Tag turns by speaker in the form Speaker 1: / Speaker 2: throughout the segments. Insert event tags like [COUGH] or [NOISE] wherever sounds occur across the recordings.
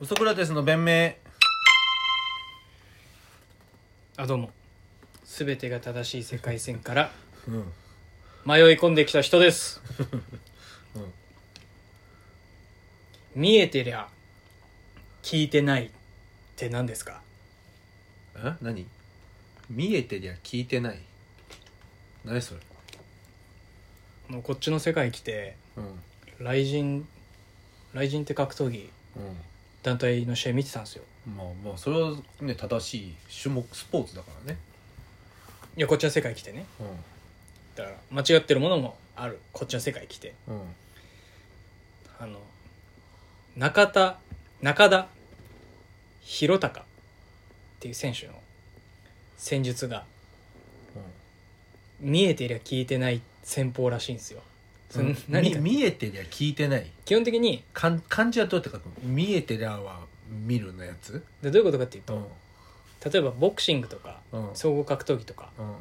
Speaker 1: ウソクラテスの弁明
Speaker 2: あどうも全てが正しい世界線から
Speaker 1: うん
Speaker 2: 迷い込んできた人です、見えてりゃ聞いてないって何ですか
Speaker 1: え何見えてりゃ聞いてない何それ
Speaker 2: あのこっちの世界来て
Speaker 1: うんうん
Speaker 2: 雷神雷神って格闘技団体の試合見てたんですよ
Speaker 1: まあまあそれはね正しい種目スポーツだからね
Speaker 2: いやこっちの世界来てねだから間違ってるものもあるこっちの世界来て
Speaker 1: うんうん
Speaker 2: あの中田中田弘隆っていう選手の戦術が見えてりゃ聞いてない戦法らしいんですよ。その
Speaker 1: うん
Speaker 2: 何
Speaker 1: み
Speaker 2: か
Speaker 1: 見えてりゃ聞いてない
Speaker 2: 基本的に
Speaker 1: かん漢字はどうやって書くの見えてりゃは見るのやつ
Speaker 2: でどういうことかっていう
Speaker 1: う
Speaker 2: と、
Speaker 1: ん
Speaker 2: 例えばボクシングとか
Speaker 1: うん
Speaker 2: 総合格闘技とか
Speaker 1: うん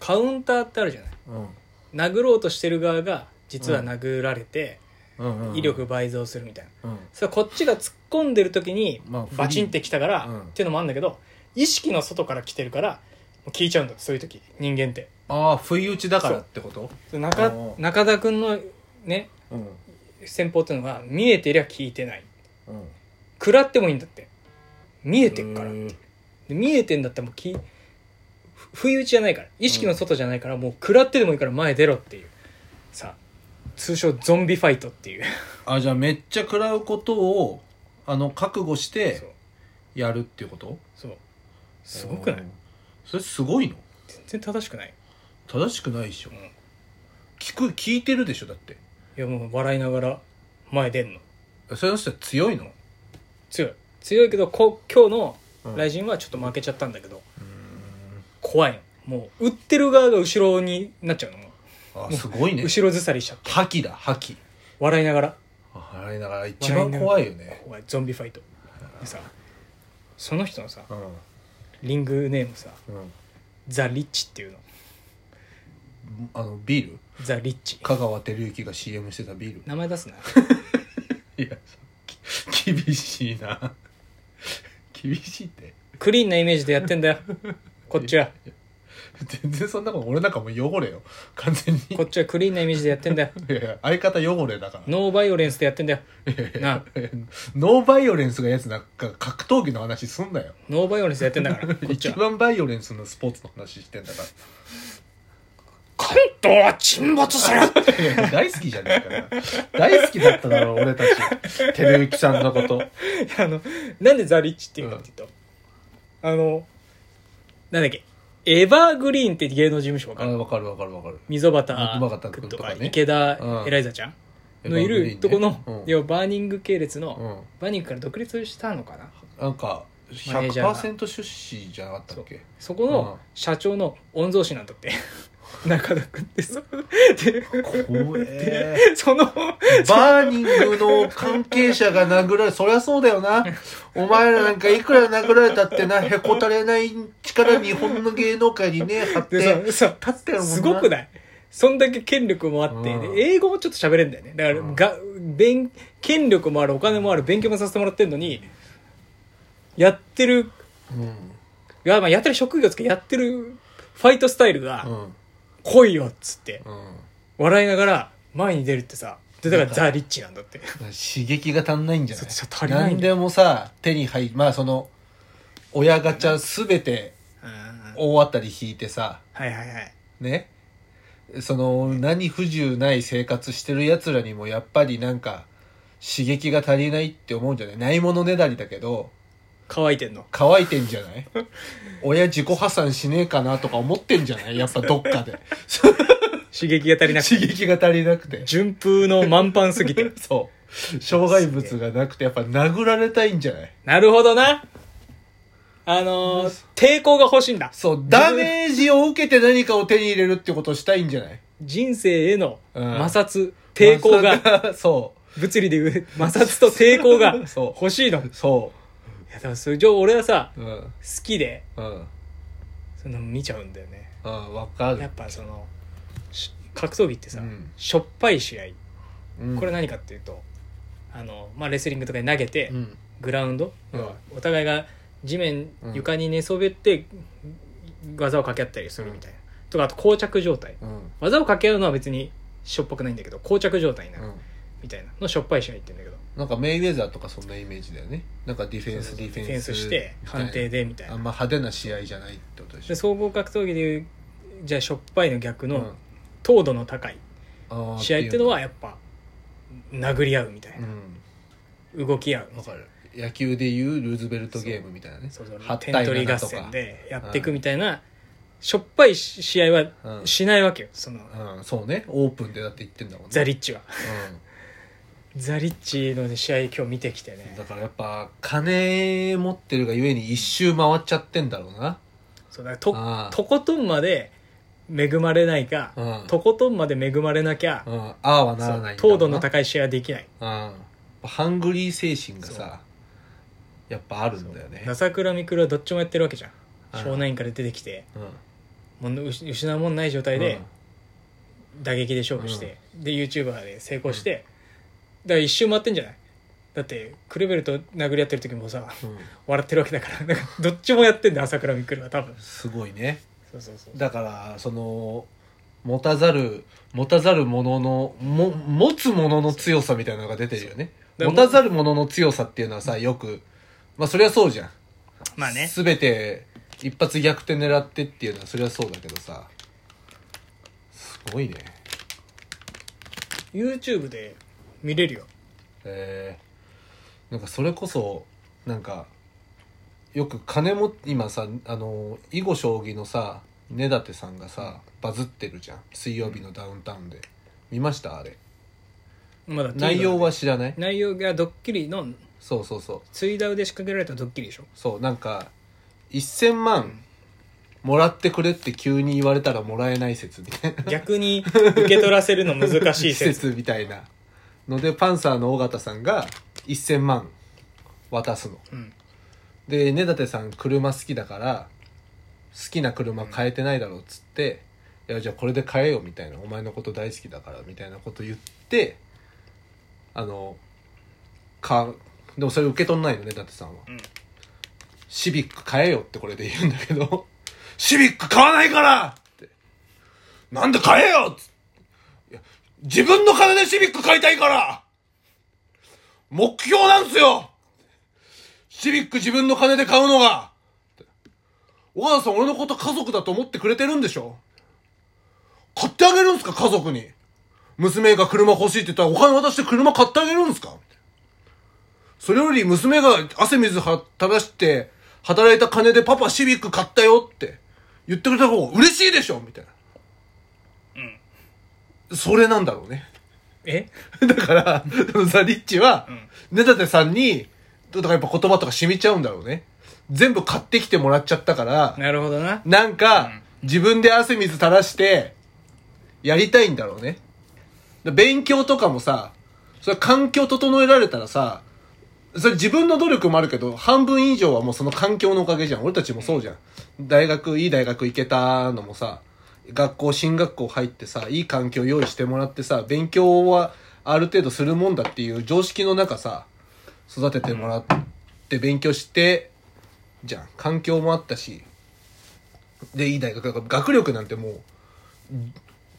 Speaker 2: カウンターってあるじゃない
Speaker 1: うん
Speaker 2: 殴ろうとしてる側が実は殴られて
Speaker 1: うんうん
Speaker 2: 威力倍増するみたいな、
Speaker 1: うん
Speaker 2: それはこっちが突っ込んでる時に
Speaker 1: まあフリー
Speaker 2: バチンってきたから、
Speaker 1: うん
Speaker 2: っていうのもあるんだけど意識の外から来てるからもう聞いちゃうんだそういう時人間って
Speaker 1: ああ不意打ちだからってこと
Speaker 2: その中
Speaker 1: おう
Speaker 2: 中田君のね
Speaker 1: うん
Speaker 2: 戦法っていうのが見えてりゃ聞いてない
Speaker 1: うん
Speaker 2: 食らってもいいんだって見えてっから
Speaker 1: う
Speaker 2: で
Speaker 1: ん
Speaker 2: 見えてんだったらもうきふ不意打ちじゃないから意識の外じゃないからもう食らってでもいいから前出ろっていうさ通称ゾンビファイトっていう
Speaker 1: あじゃあめっちゃ食らうことをあの覚悟し
Speaker 2: そう
Speaker 1: てやるっていうこと
Speaker 2: そうすごくな
Speaker 1: う
Speaker 2: い
Speaker 1: んそれすごいの
Speaker 2: 全然正しくない
Speaker 1: 正しくないでしょ、
Speaker 2: うん
Speaker 1: 聞く聞いてるでしょだって
Speaker 2: いやもう笑いながら前出んの
Speaker 1: それの人は強いの
Speaker 2: 強い強いけどこ今日の
Speaker 1: うん
Speaker 2: 雷神はちょっと負けちゃったんだけど、
Speaker 1: うん
Speaker 2: 怖いのもう打ってる側が後ろになっちゃうのも
Speaker 1: あすごいうね
Speaker 2: 後ろずさりしちゃって
Speaker 1: 覇気だ覇気
Speaker 2: 笑いながら
Speaker 1: 払いながら一番怖いよね
Speaker 2: 怖いゾンビファイトでさその人のさ
Speaker 1: うん
Speaker 2: リングネームさ
Speaker 1: うん
Speaker 2: ザ・リッチっていうの
Speaker 1: あのビール
Speaker 2: ザ・リッチ
Speaker 1: 香川照之が CM してたビール
Speaker 2: 名前出すな
Speaker 1: いやき厳しいな [LAUGHS] 厳しいって
Speaker 2: クリーンなイメージでやってんだよこっちは
Speaker 1: 全然そんなこと俺なんかもう汚れよ完全に
Speaker 2: こっちはクリーンなイメージでやってんだよ
Speaker 1: いやいや相方汚れだから
Speaker 2: ノーバイオレンスでやってんだよなあ
Speaker 1: [LAUGHS] ノーバイオレンスがやつなんか格闘技の話すんなよ
Speaker 2: ノーバイオレンスでやってんだからこっち
Speaker 1: 一
Speaker 2: は
Speaker 1: 番バイオレンスのスポーツの話してんだか
Speaker 2: 関東は沈没する
Speaker 1: ら [LAUGHS] いや大好きじゃないから大好きだっただろ俺たち照之さんのこと
Speaker 2: [LAUGHS] あのなんでザ・リッチっていうかっていうと、あのなんだっけエバーグリーンって芸能事務所わか
Speaker 1: あ
Speaker 2: る
Speaker 1: 分かる分かる分かる
Speaker 2: 溝端
Speaker 1: 溝端君
Speaker 2: と
Speaker 1: と
Speaker 2: か
Speaker 1: かね
Speaker 2: 池田
Speaker 1: うん
Speaker 2: エライザちゃんのいるとこの、要はバーニング系列の、
Speaker 1: うん、うん、
Speaker 2: バーニングから独立したのかな
Speaker 1: なんか
Speaker 2: マネージャーが
Speaker 1: 100%出資じゃなかったっけ
Speaker 2: そこ
Speaker 1: うん
Speaker 2: の社長の御曹司なんだって [LAUGHS] 中田君って [LAUGHS] そで
Speaker 1: 怖え
Speaker 2: その
Speaker 1: [LAUGHS] バーニングの関係者が殴られ、そりゃそうだよな。お前らなんかいくら殴られたってな、へこたれない力日本の芸能界にね、張っ
Speaker 2: で
Speaker 1: て。
Speaker 2: さ
Speaker 1: 立ってるもんな
Speaker 2: すごくないそんだけ権力もあって、
Speaker 1: うん
Speaker 2: で英語もちょっと喋れんだよねだから、
Speaker 1: うん
Speaker 2: が勉権力もあるお金もある勉強もさせてもらってんのにやってる
Speaker 1: うん。
Speaker 2: いやまあやってる職業つけやってるファイトスタイルが
Speaker 1: うん。
Speaker 2: 「来いよ」っつって
Speaker 1: うん。
Speaker 2: 笑いながら前に出るってさでだからザ・リッチなん
Speaker 1: [LAUGHS]
Speaker 2: だって
Speaker 1: 刺激が足んないんじゃない
Speaker 2: そう足りないんだよ
Speaker 1: 何でもさ、手に入り、まあその、親ガチャすべて
Speaker 2: は
Speaker 1: 大当たり引いてさ、
Speaker 2: いはいはい
Speaker 1: ね。その、何不自由ない生活してる奴らにもやっぱりなんか、刺激が足りないって思うんじゃないないものねだりだけど、
Speaker 2: 乾いてんの
Speaker 1: 乾いてんじゃない親自己破産しねえかなとか思ってんじゃないやっぱどっ
Speaker 2: [LAUGHS]
Speaker 1: かで。
Speaker 2: 刺激が足りな
Speaker 1: [LAUGHS]
Speaker 2: くて
Speaker 1: 刺激が足りなくて。
Speaker 2: 順風の満帆すぎて
Speaker 1: そう。障害物がなくて、やっぱ殴られたいんじゃない
Speaker 2: なるほどなあのー抵抗が欲しいんだ
Speaker 1: そう、ダメージを受けて何かを手に入れるってことをしたいんじゃない
Speaker 2: 人生への
Speaker 1: うん
Speaker 2: 摩擦抵抗
Speaker 1: ま
Speaker 2: が
Speaker 1: さかそ
Speaker 2: 物理で言う摩擦と抵抗が
Speaker 1: [LAUGHS] そう。
Speaker 2: 欲しいのいう
Speaker 1: そ
Speaker 2: やでもそれじゃあ俺はさ
Speaker 1: う。うん。
Speaker 2: 好きで
Speaker 1: うん。
Speaker 2: その見ちゃうんだよね
Speaker 1: うん、わか
Speaker 2: やっ
Speaker 1: る。
Speaker 2: ぱそのし格闘技ってさ、
Speaker 1: うん
Speaker 2: しょっぱい試合
Speaker 1: うん
Speaker 2: これ何かっていうとあの、まあ、レスリングとかに投げて、
Speaker 1: うん。
Speaker 2: グラウンド、
Speaker 1: は
Speaker 2: お互いが地面
Speaker 1: うん
Speaker 2: 床に寝そべって技を掛け合ったりするみたいな、とかあと膠着状態
Speaker 1: いうん
Speaker 2: 技を掛け合うのは別にしょっぱくないんだけど膠着状態にな
Speaker 1: う
Speaker 2: る
Speaker 1: ん
Speaker 2: みたいなのしょっぱい試合って言うんだけど
Speaker 1: なんかメイウェザーとかそんなイメージだよねなんかディフェン
Speaker 2: そ
Speaker 1: ス
Speaker 2: う
Speaker 1: デ
Speaker 2: そう
Speaker 1: ィフ
Speaker 2: ディ
Speaker 1: ェ
Speaker 2: フェ
Speaker 1: ン
Speaker 2: ン
Speaker 1: ス
Speaker 2: スして
Speaker 1: みたいな
Speaker 2: 判定でみたい
Speaker 1: あ
Speaker 2: なん
Speaker 1: ま派手な試合じゃないってことでし
Speaker 2: で
Speaker 1: ょ
Speaker 2: 総合格闘技でいうじゃあしょっぱいの逆
Speaker 1: う
Speaker 2: の
Speaker 1: ん
Speaker 2: 糖度の高い
Speaker 1: あー
Speaker 2: 試合っていうのはやっぱ殴り合うみたいな、
Speaker 1: う
Speaker 2: 動き合うみ
Speaker 1: んわ
Speaker 2: たい
Speaker 1: か
Speaker 2: な
Speaker 1: る野球でいうルーズベルトゲームみたいなね
Speaker 2: そうそう
Speaker 1: 8対
Speaker 2: 点取り合戦でやっていくみたいな、しょっぱい試合はしないわけよその
Speaker 1: うんそうねオープンでだって言ってんだもんね
Speaker 2: ザリッチはザリッチのね試合今日見てきて
Speaker 1: うん
Speaker 2: ね
Speaker 1: だからやっぱ金持ってるがゆえに一周回っちゃってんだろうな
Speaker 2: そうだから
Speaker 1: ああ
Speaker 2: ととことんまで恵まれないか、
Speaker 1: うん
Speaker 2: とことんまで恵まれなきゃ、
Speaker 1: うんああはならないんだろう
Speaker 2: 糖度の高い試合はできない
Speaker 1: うんやっぱハングリー精神がさやっぱあるんだよね
Speaker 2: 朝倉未来はどっちもやってるわけじゃん
Speaker 1: うん
Speaker 2: 少年院から出てきて
Speaker 1: うん
Speaker 2: もう失失うもんない状態で打撃で勝負して、で YouTuber で成功して、だから一周回ってんじゃないだってクレベルと殴り合ってる時もさ
Speaker 1: うんうん
Speaker 2: 笑ってるわけだからなんかどっちもやってんだよ朝倉未来は多分
Speaker 1: すごいね
Speaker 2: そうそうそう
Speaker 1: だからその持たざる持たざるもののも持つものの強さみたいなのが出てるよね
Speaker 2: そう
Speaker 1: 持たざるものの強さっていうのはさよくまあそりゃそうじゃん、
Speaker 2: まあね
Speaker 1: 全て一発逆転狙ってっていうのはそりゃそうだけどさすごいね
Speaker 2: YouTube で見れるよ
Speaker 1: えー、なんかそれこそなんかよく金も今さあの囲碁将棋のさ根建さんがさバズってるじゃん水曜日のダウンタウンで見ましたあれ
Speaker 2: まだ TVer で
Speaker 1: 内容は知らない
Speaker 2: 内容がドッキリの
Speaker 1: そうそうそう
Speaker 2: ツイダウで仕掛けられたドッキリでしょ
Speaker 1: そうなんか1000万もらってくれって急に言われたらもらえない説みたいな
Speaker 2: 逆に受け取らせるの難しい [LAUGHS] 説
Speaker 1: みたいなのでパンサーの尾形さんが1000万渡すの
Speaker 2: うん
Speaker 1: で根建さん車好きだから好きな車買えてないだろうっつって、いやじゃあこれで買えよみたいなお前のこと大好きだからみたいなこと言ってあのかでもそれ受け取んないのね舘さんは、
Speaker 2: うん
Speaker 1: シビック買えよってこれで言うんだけど [LAUGHS] シビック買わないからってなんで買えよっつっていや自分の金でシビック買いたいから目標なんすよシビック自分の金で買うのが小川さん俺のこと家族だと思ってくれてるんでしょ買ってあげるんすか家族に。娘が車欲しいって言ったらお金渡して車買ってあげるんすかそれより娘が汗水は垂らして働いた金でパパシビック買ったよって言ってくれた方が嬉しいでしょみたいな。それなんだろうね。
Speaker 2: え
Speaker 1: [LAUGHS] だから、ザ・リッチは、根建さんに、だからやっぱ言葉とか染みちゃうんだろうね。全部買ってきてもらっちゃったから、
Speaker 2: なるほどな
Speaker 1: なんか、自分で汗水垂らして、やりたいんだろうね。勉強とかもさ、それ環境整えられたらさ、それ自分の努力もあるけど、半分以上はもうその環境のおかげじゃん。俺たちもそうじゃん。大学、いい大学行けたのもさ、学校、進学校入ってさ、いい環境用意してもらってさ、勉強はある程度するもんだっていう常識の中さ、育ててもらって勉強して、じゃん。環境もあったし、で、いい大学だから学力なんてもう、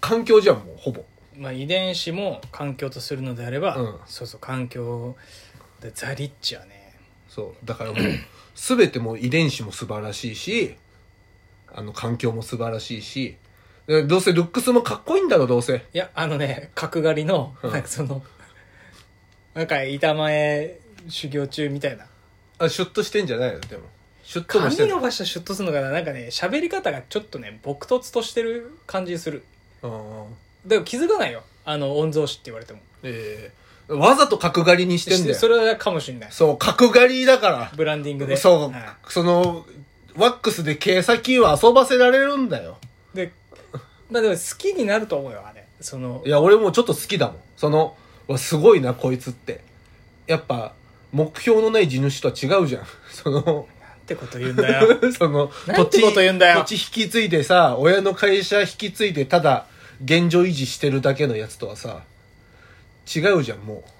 Speaker 1: 環境じゃん、もう、ほぼ。
Speaker 2: まあ遺伝子も環境とするのであれば、
Speaker 1: うん
Speaker 2: そうそう環境でザリッチはね
Speaker 1: そう。だから
Speaker 2: [CLEARS THROAT]
Speaker 1: もう、すべてもう遺伝子も素晴らしいし、あの、環境も素晴らしいし、でどうせルックスもかっこいいんだろ、どうせ。
Speaker 2: いやあのね角刈りの
Speaker 1: うん
Speaker 2: なんかその、なんか板前修行中みたいな
Speaker 1: あ、シュッとしてんじゃないのでも。シュッともして
Speaker 2: 髪
Speaker 1: る
Speaker 2: 伸。ばしたシュッとするのかななんかね喋り方がちょっとね朴突としてる感じする
Speaker 1: うんうん。
Speaker 2: でも気づかないよあの御曹司って言われても
Speaker 1: ええわざと角刈りにしてんだよ。
Speaker 2: それはかもしれない
Speaker 1: そう、角刈りだから。
Speaker 2: ブランディングで
Speaker 1: そう、
Speaker 2: はい
Speaker 1: その、ワックスで毛先は遊ばせられるんだよ。
Speaker 2: でまあでも好きになると思うよあれその
Speaker 1: いや、俺もちょっと好きだもん。その、わ、すごいな、こいつって。やっぱ、目標のない地主とは違うじゃん。 [LAUGHS] その、
Speaker 2: なんてこと言うん
Speaker 1: [LAUGHS]
Speaker 2: だよ
Speaker 1: その、
Speaker 2: なんてこと言うんだよ
Speaker 1: 土地引き継いでさ、親の会社引き継いで、ただ、現状維持してるだけのやつとはさ、違うじゃん、もう。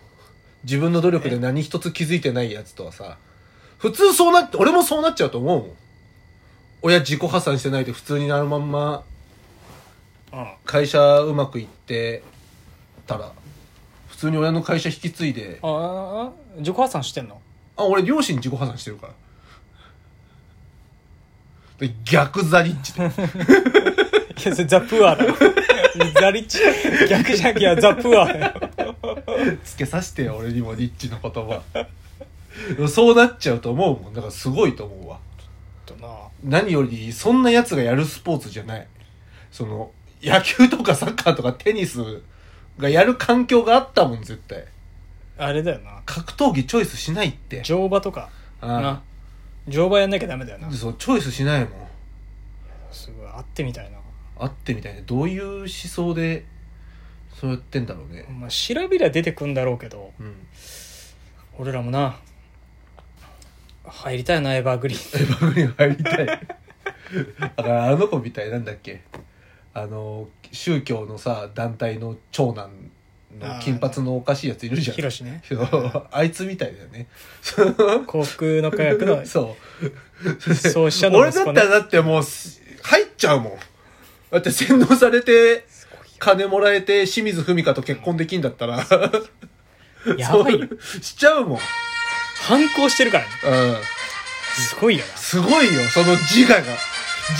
Speaker 1: 自分の努力で何一つ気づいてないやつとはさ、普通そうなって、俺もそうなっちゃうと思うもん。親自己破産してないで普通になるまんま
Speaker 2: あ
Speaker 1: 会社うまくいってたら、普通に親の会社引き継いで、
Speaker 2: あああ自己破産してんの
Speaker 1: あ、俺両親自己破産してるから。で逆ザリッチで。
Speaker 2: いやそれザ・プアだザリッチ逆じゃなきゃザ・プアだよ
Speaker 1: つけさせてよ、俺にもリッチの言葉。そうなっちゃうと思うもん。だからすごいと思うわ。
Speaker 2: とな
Speaker 1: 何よりそんなやつがやるスポーツじゃないその野球とかサッカーとかテニスがやる環境があったもん絶対
Speaker 2: あれだよな
Speaker 1: 格闘技チョイスしないって
Speaker 2: 乗馬とか
Speaker 1: あ
Speaker 2: な乗馬やんなきゃダメだよな
Speaker 1: あそうチョイスしないもん
Speaker 2: すごい会ってみたいな
Speaker 1: あってみたいなどういう思想でそうやってんだろうね
Speaker 2: まあ調べりゃ出てくんだろうけど
Speaker 1: うん
Speaker 2: 俺らもな入りたいなエヴァーグリーン
Speaker 1: エヴァグリーン入り
Speaker 2: [LAUGHS]
Speaker 1: たいだからあの子みたいなんだっけあの宗教のさ団体の長男の金髪のおかしいやついるじゃん
Speaker 2: ヒロシね
Speaker 1: そうあいつみたいだよね。
Speaker 2: 幸福の科 [LAUGHS] 学の
Speaker 1: そう。
Speaker 2: 創始者の
Speaker 1: 俺
Speaker 2: 息
Speaker 1: だ
Speaker 2: 子
Speaker 1: っ
Speaker 2: ね
Speaker 1: たらだってもう、す入っちゃうもん。だって洗脳されて、金もらえて、清水文香と結婚できんだったら、
Speaker 2: やばいよ
Speaker 1: しちゃうもん。うん。
Speaker 2: 反抗してるからねすごいよ
Speaker 1: すごいよ、その自我が。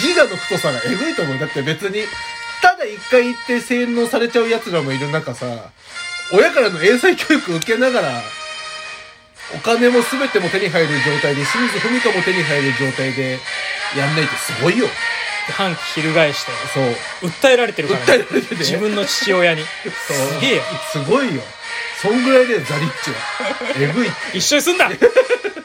Speaker 1: 自我の太さがえぐいと思う。だって別に、ただ一回行って洗脳されちゃう奴らもいる中さ、親からの英才教育受けながら、お金も全ても手に入る状態で、清水文香も手に入る状態で、やんないってすごいよ。
Speaker 2: な反翻して
Speaker 1: そう。
Speaker 2: 訴えられてるから
Speaker 1: 訴えられてて
Speaker 2: 自分の父親に
Speaker 1: そう
Speaker 2: すげえよ
Speaker 1: すごいよ。そんぐらいでザリッチは。えぐい。
Speaker 2: 一緒にすんな